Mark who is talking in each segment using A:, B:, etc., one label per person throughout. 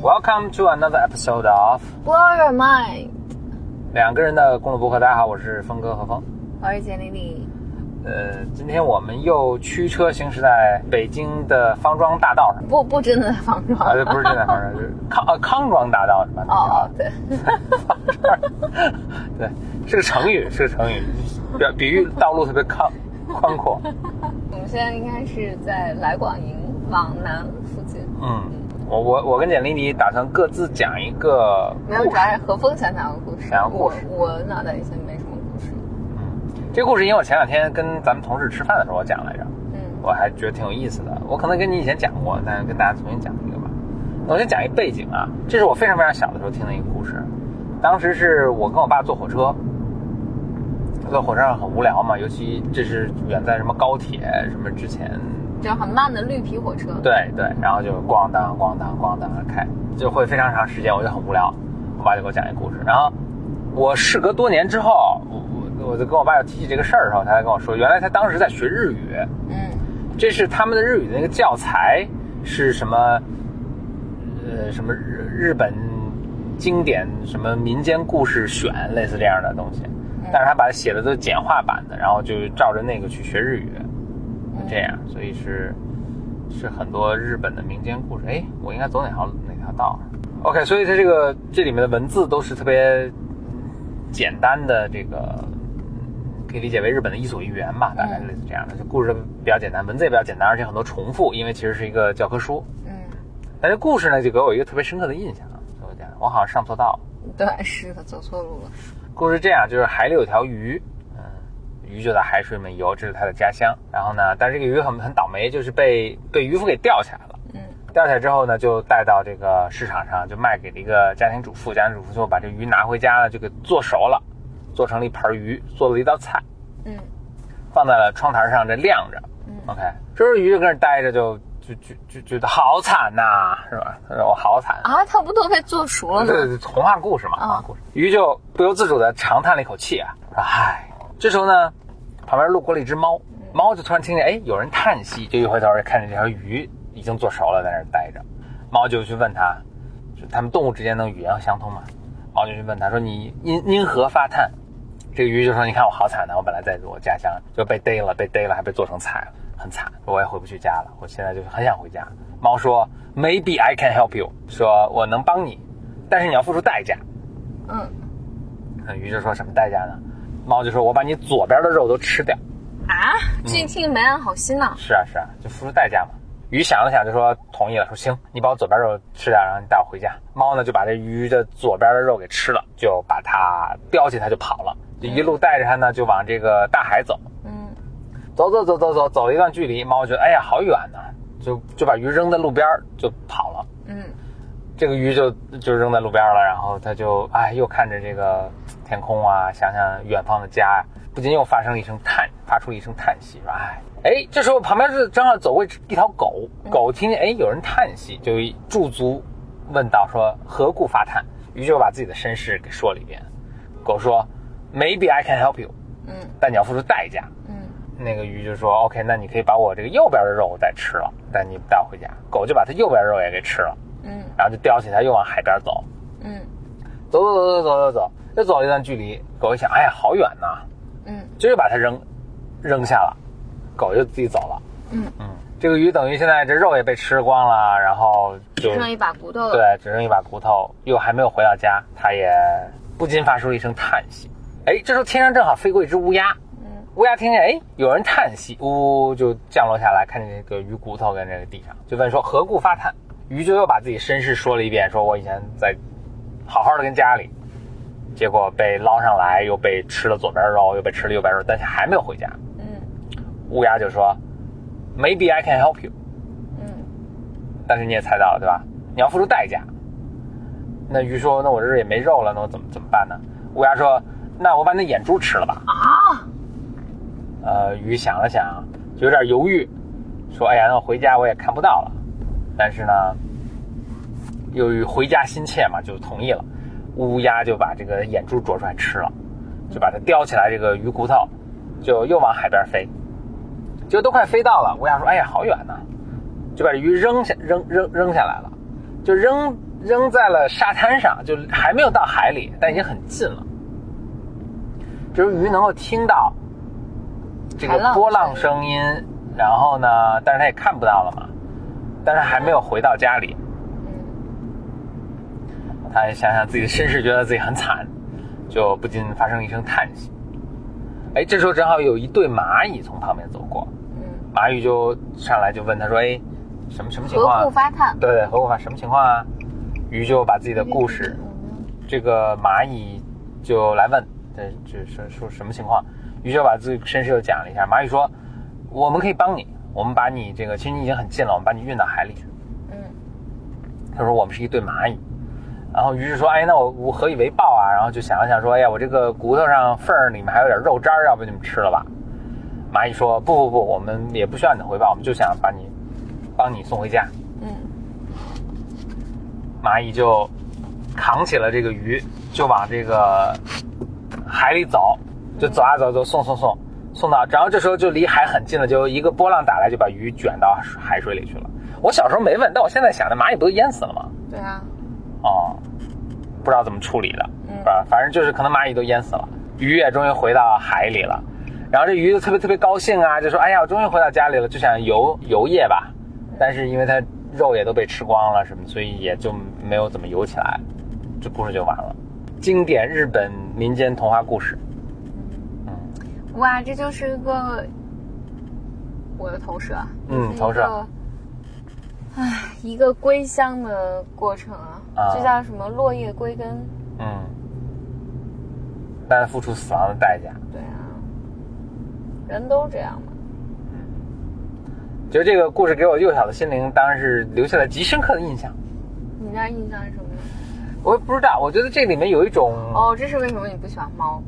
A: Welcome to another episode of
B: Blow your mind，
A: 两个人的公路博客。大家好，我是峰哥何峰。
B: 我是简丽丽。
A: 呃，今天我们又驱车行驶在北京的方庄大道上
B: 不不真的方庄
A: 啊，这不是正在方庄，就是康呃康庄大道是吧？那
B: 哦哦对，
A: 个啊 对，是个成语，是个成语，表比喻道路特别宽宽阔。
B: 我们现在应该是在来广营往南附近，
A: 嗯，我我我跟简丽丽打算各自讲一个
B: 没有
A: 故
B: 主
A: 事。
B: 要是何峰想讲个故事，
A: 讲个故事
B: 我我脑袋里现在没什么故事，
A: 嗯这个故事因为我前两天跟咱们同事吃饭的时候我讲来着。
B: 嗯
A: 我还觉得挺有意思的。我可能跟你以前讲过，但是跟大家重新讲一个吧。那我先讲一背景啊，这是我非常非常小的时候听的一个故事。当时是我跟我爸坐火车，坐火车上很无聊嘛，尤其这是远在什么高铁什么之前，
B: 就是很慢的绿皮火车，
A: 对对，然后就咣当咣当咣当开，就会非常长时间，我就很无聊。我爸就给我讲一个故事，然后我事隔多年之后，我我我就跟我爸又提起这个事儿的时候，他才跟我说，原来他当时在学日语。
B: 嗯
A: 这是他们的日语的那个教材是什么？呃，什么日日本经典什么民间故事选，类似这样的东西。但是他把它写的都简化版的，然后就照着那个去学日语，这样，所以是是很多日本的民间故事。哎，我应该走哪条哪条道？OK，所以啊它这个这里面的文字都是特别简单的，这个嗯可以理解为日本的伊索寓言吧，大概
B: 嗯
A: 类似这样的。就故事比较简单，文字也比较简单，而且很多重复，因为其实是一个教科书。
B: 嗯，
A: 但这故事呢，就给我一个特别深刻的印象，啊所以我讲，我好像上错道了。
B: 对，是的，走错路了，
A: 故事这样，就是海里有条鱼，嗯，鱼就在海水里面游，这是它的家乡。然后呢，但是这个鱼很很倒霉，就是被被渔夫给钓起来了。
B: 嗯
A: 钓起来之后呢，就带到这个市场上，就卖给了一个家庭主妇。家庭主妇就把这鱼拿回家了，就给做熟了，做成了一盘鱼，做了一道菜，
B: 嗯
A: 放在了窗台上，这晾着。
B: 嗯
A: OK，这只鱼就跟那儿待着就，就就就觉得好惨呐、是吧？他说我好惨。
B: 啊，它不都被做熟了
A: 对
B: 吗？
A: 对对，童话故事嘛，
B: 啊
A: 童话故事。鱼就不由自主的长叹了一口气啊，说：“唉。”这时候呢，旁边路过了一只猫，猫就突然听见哎有人叹息，就一回头就看见这条鱼已经做熟了，在那儿待着。猫就去问他，就他们动物之间能语言相通吗？猫就去问他说：“你因因何发叹？”这个鱼就说：“你看我好惨啊呐、我本来在我家乡就被逮了，被逮了还被做成菜了，很惨，我也回不去家了。我现在就很想回家。”猫说：“Maybe I can help you，说我能帮你，但是你要付出代价。
B: 嗯，”
A: 那鱼就说什么代价呢？猫就说：“我把你左边的肉都吃掉。
B: 啊，这
A: 嗯
B: 一听没安好心呐”，
A: 是啊，是啊，就付出代价嘛。鱼想了想，就说同意了，说行，你把我左边肉吃掉，然后你带我回家。猫呢就把这鱼的左边的肉给吃了，就把它叼起它就跑了，就一路带着它呢就往这个大海走。
B: 嗯
A: 走走走走走走了一段距离，猫觉得哎呀好远呐、就就把鱼扔在路边儿就跑了。
B: 嗯
A: 这个鱼就就扔在路边儿了，然后它就哎又看着这个天空啊，想想远方的家呀，不禁又发生了一声叹，发出了一声叹息，说哎哎，这时候旁边是正好走过一条狗，狗听见哎有人叹息，就驻足问道说何故发叹？鱼就把自己的身世给说了一遍，狗说 Maybe I can help you，
B: 嗯
A: 但你要付出代价。
B: 嗯
A: 那个鱼就说：“OK，那你可以把我这个右边的肉再吃了，但你不带我回家。”狗就把它右边的肉也给吃了，
B: 嗯
A: 然后就叼起它又往海边走，
B: 嗯
A: 走走走走走走走，又走了一段距离。狗一想：“哎呀，好远呐、
B: 嗯
A: 就又把它扔扔下了，狗就自己走了。
B: 嗯，
A: 嗯，这个鱼等于现在这肉也被吃光了，然后就
B: 剩下一把骨头了。
A: 对，只剩一把骨头，又还没有回到家，它也不禁发出了一声叹息。哎，这时候天上正好飞过一只乌鸦，
B: 嗯
A: 乌鸦听见哎有人叹息，呜呜就降落下来，看见这个鱼骨头跟这个地上，就问说何故发叹？鱼就又把自己身世说了一遍，说我以前在好好的跟家里，结果被捞上来，又被吃了左边肉，又被吃了右边肉，但是还没有回家。
B: 嗯
A: 乌鸦就说，Maybe I can help you，
B: 嗯
A: 但是你也猜到了对吧？你要付出代价。那鱼说，那我这儿也没肉了，那我怎么怎么办呢？乌鸦说，那我把你的眼珠吃了吧。
B: 啊，
A: 呃，鱼想了想，就有点犹豫，说：“哎呀，那我回家我也看不到了。”但是呢，由于回家心切嘛，就同意了。乌鸦就把这个眼珠啄出来吃了，就把它叼起来这个鱼骨头，就又往海边飞。结果都快飞到了，乌鸦说：“哎呀，好远呐、就把这鱼扔下扔扔扔下来了。就扔扔在了沙滩上，就还没有到海里，但已经很近了。就是鱼能够听到这个
B: 海浪
A: 波浪声音，然后呢，但是它也看不到了嘛，但是还没有回到家里。
B: 嗯，
A: 他想想自己的身世，觉得自己很惨，就不禁发生一声叹息。哎，这时候正好有一对蚂蚁从旁边走过，
B: 嗯，
A: 蚂蚁就上来就问他说：“哎，什么什么情况、
B: 何
A: 啊
B: 故？”发烫？
A: 对对，何故发什么情况啊？鱼就把自己的故事，这个蚂蚁就来问，这这说说什么情况？鱼就把自己身世又讲了一下。蚂蚁说：“我们可以帮你，我们把你这个，其实你已经很近了，我们把你运到海里去。”
B: 嗯
A: 他说我们是一对蚂蚁，然后于是说，哎，那我我何以为报啊？然后就想了想说，哎呀，我这个骨头上缝儿里面还有点肉渣儿，要不你们吃了吧？蚂蚁说不不不，我们也不需要你的回报，我们就想把你帮你送回家。
B: 嗯
A: 蚂蚁就扛起了这个鱼，就往这个海里走，就走啊走走，送送送送到，然后这时候就离海很近了，就一个波浪打来，就把鱼卷到海水里去了。我小时候没问，但我现在想，那蚂蚁不都淹死了吗？
B: 对啊，
A: 哦，不知道怎么处理的，
B: 嗯
A: 啊，反正就是可能蚂蚁都淹死了，鱼也终于回到海里了。然后这鱼就特别特别高兴啊，就说：“哎呀，我终于回到家里了，就想游游夜吧。”但是因为它肉也都被吃光了什么，所以也就没有怎么游起来，这故事就完了。经典日本民间童话故事，
B: 哇，这就是一个我的投射，
A: 嗯
B: 就是一个
A: 投射。
B: 唉，一个归乡的过程啊，
A: 啊
B: 这叫什么？落叶归根。
A: 嗯，但付出死亡的代价。
B: 对啊，人都这样嘛。
A: 觉得这个故事给我幼小的心灵当时留下了极深刻的印象。
B: 你那印象是什么呢？
A: 我也不知道，我觉得这里面有一种
B: 哦，这是为什么你不喜欢猫？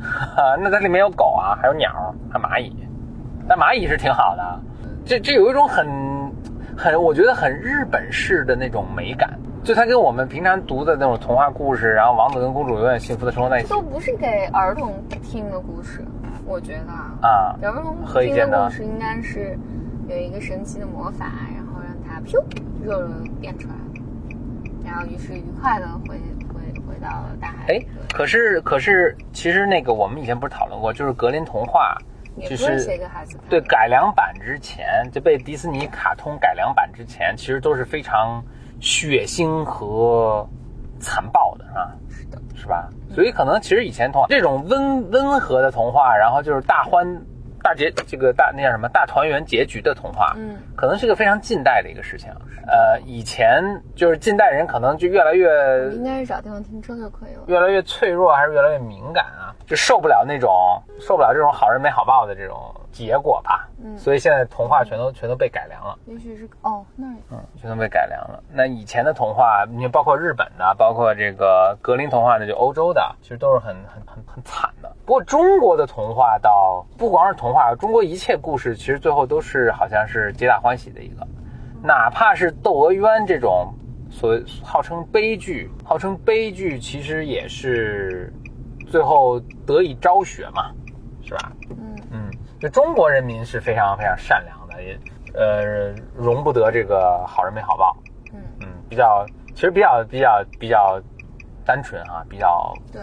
A: 啊， 那它里面有狗啊，还有鸟儿，还有蚂蚁，但蚂蚁是挺好的。这这有一种很很，我觉得很日本式的那种美感，就它跟我们平常读的那种童话故事，然后王子跟公主永远幸福的生活在一
B: 这
A: 起
B: 都不是给儿童听的故事，我觉得啊，
A: 啊。
B: 儿童
A: 何以
B: 听
A: 见得
B: 的故事应该是有一个神奇的魔法，然后让它噗肉肉变出来，然后于是愉快的回回回到了大海
A: 哎
B: 里。，
A: 可是可是，其实那个我们以前不是讨论过，就是格林童话，
B: 也
A: 就
B: 不是写
A: 是
B: 给孩子看。
A: 对改良版之前就被迪士尼卡通改良版之前，其实都是非常血腥和残暴的啊。
B: 是的，
A: 是吧？所以可能其实以前童话这种温温和的童话，然后就是大欢大结这个大那叫什么大团圆结局的童话，
B: 嗯，
A: 可能是个非常近代的一个事情。呃，以前就是近代人可能就越来越
B: 应该是找地方停车就可以了。
A: 越来越脆弱，还是越来越敏感啊？就受不了那种受不了这种好人没好报的这种结果吧。
B: 嗯
A: 所以现在童话全都全都被改良了。
B: 也许是哦，那儿
A: 嗯，全都被改良了。那以前的童话，你包括日本的，包括这个格林童话的，就欧洲的，其实都是很很很很惨的。不过中国的童话倒不光是童话，中国一切故事其实最后都是好像是皆大欢喜的一个，哪怕是《窦娥冤》这种所谓号称悲剧，号称悲剧，其实也是最后得以昭雪嘛，是吧？
B: 嗯
A: 嗯，就中国人民是非常非常善良的，也呃容不得这个好人没好报。
B: 嗯，
A: 嗯，比较其实比较比较比较单纯啊，比较
B: 对，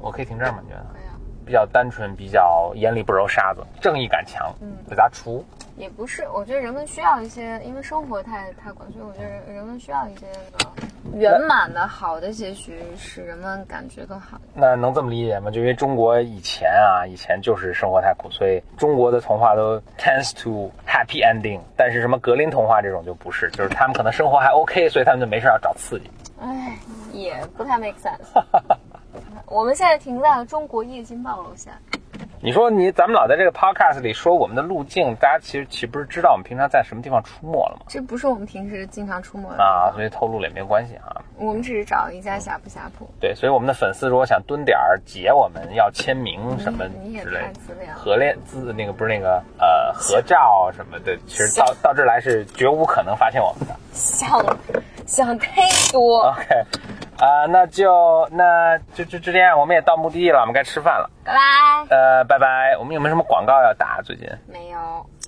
A: 我可以停这儿吗？你觉得？
B: 可以啊。
A: 比较单纯，比较眼里不揉沙子，正义感强，
B: 嗯
A: 伟大厨。
B: 也不是，我觉得人们需要一些，因为生活太太苦，所以我觉得人人们需要一些那个圆满的好的结局，使人们感觉更好。
A: 那能这么理解吗？就因为中国以前啊，以前就是生活太苦，所以中国的童话都 tends to happy ending。但是什么格林童话这种就不是，就是他们可能生活还 OK，所以他们就没事要找刺激。
B: 唉，也不太 make sense。我们现在停在了中国夜金报楼下，
A: 你说你咱们老在这个 podcast 里说我们的路径，大家其实岂不是知道我们平常在什么地方出没了吗？
B: 这不是我们平时经常出没的地
A: 啊，
B: 方，
A: 所以透露了也没有关系啊。
B: 我们只是找一家呷哺呷哺。
A: 对，所以我们的粉丝如果想蹲点儿截我们要签名什么
B: 嗯你也
A: 之类
B: 太
A: 的，
B: 自恋了。
A: 合练字那个不是那个呃合照什么的，其实到到这儿来是绝无可能发现我们的。
B: 想想太多。
A: OK，啊、那就那就就就这样，我们也到目的地了，我们该吃饭了。
B: 拜拜。
A: 呃，拜拜。我们有没有什么广告要打？最近
B: 没有，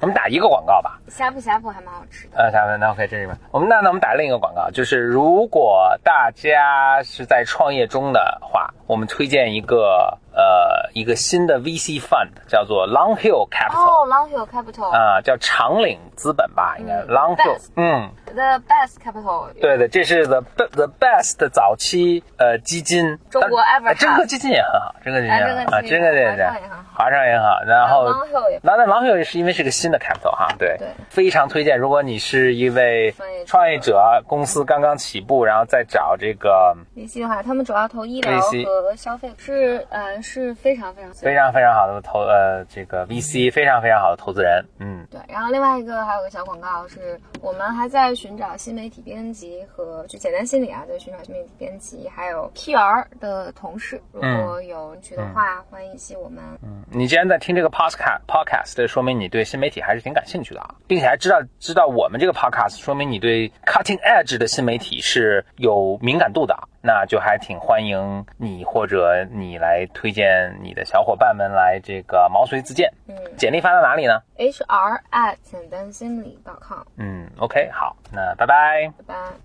A: 我们打一个广告吧。
B: 呷哺呷哺还蛮好吃的。
A: 呃，咱们那 OK，这里面我们那那我们打另一个广告，就是如果大家是在创业中的话，我们推荐一个呃一个新的 VC fund，叫做 Long Hill Capital，
B: 哦、l o n g Hill Capital，、
A: 啊、叫长岭资本吧，应该、
B: 嗯
A: Long Hill，
B: best
A: 嗯，
B: The Best Capital，
A: 对的，这是 the be- the best 的早期呃基金，
B: 中国
A: 但
B: Everhard
A: 哎真格基金也很好，真格基金
B: 哎
A: 也很好啊，
B: 真
A: 真
B: 格
A: 格
B: 基
A: 基
B: 金
A: 金
B: 也很好
A: 华创也很好，然后
B: 啊，Long Hill 也
A: 那那狼友是因为是个新的 capital 哈，对，
B: 对
A: 非常推荐。如果你是一位
B: 创业者
A: 创业者，公司刚刚起步，然后再找这个
B: VC 的话，他们主要投医疗
A: VC
B: 和消费，是呃是非常非常
A: 非常非常好的投呃这个 VC，非常非常好的投资人，嗯，
B: 对，然后另外一个还有个小广告是，我们还在寻找新媒体编辑和就简单心理啊，在寻找新媒体编辑，还有 PR 的同事，如果有兴趣的话，欢迎系我们。
A: 你既然在听这个 podcast podcast，这说明你对新媒体还是挺感兴趣的啊，并且还知道知道我们这个 podcast，说明你对 cutting edge 的新媒体是有敏感度的啊，那就还挺欢迎你或者你来推荐你的小伙伴们来这个毛遂自荐。
B: 嗯
A: 简历发到哪里呢？
B: ，HR at 简单心理 .com，
A: 嗯，OK，好，那拜拜。
B: 拜拜。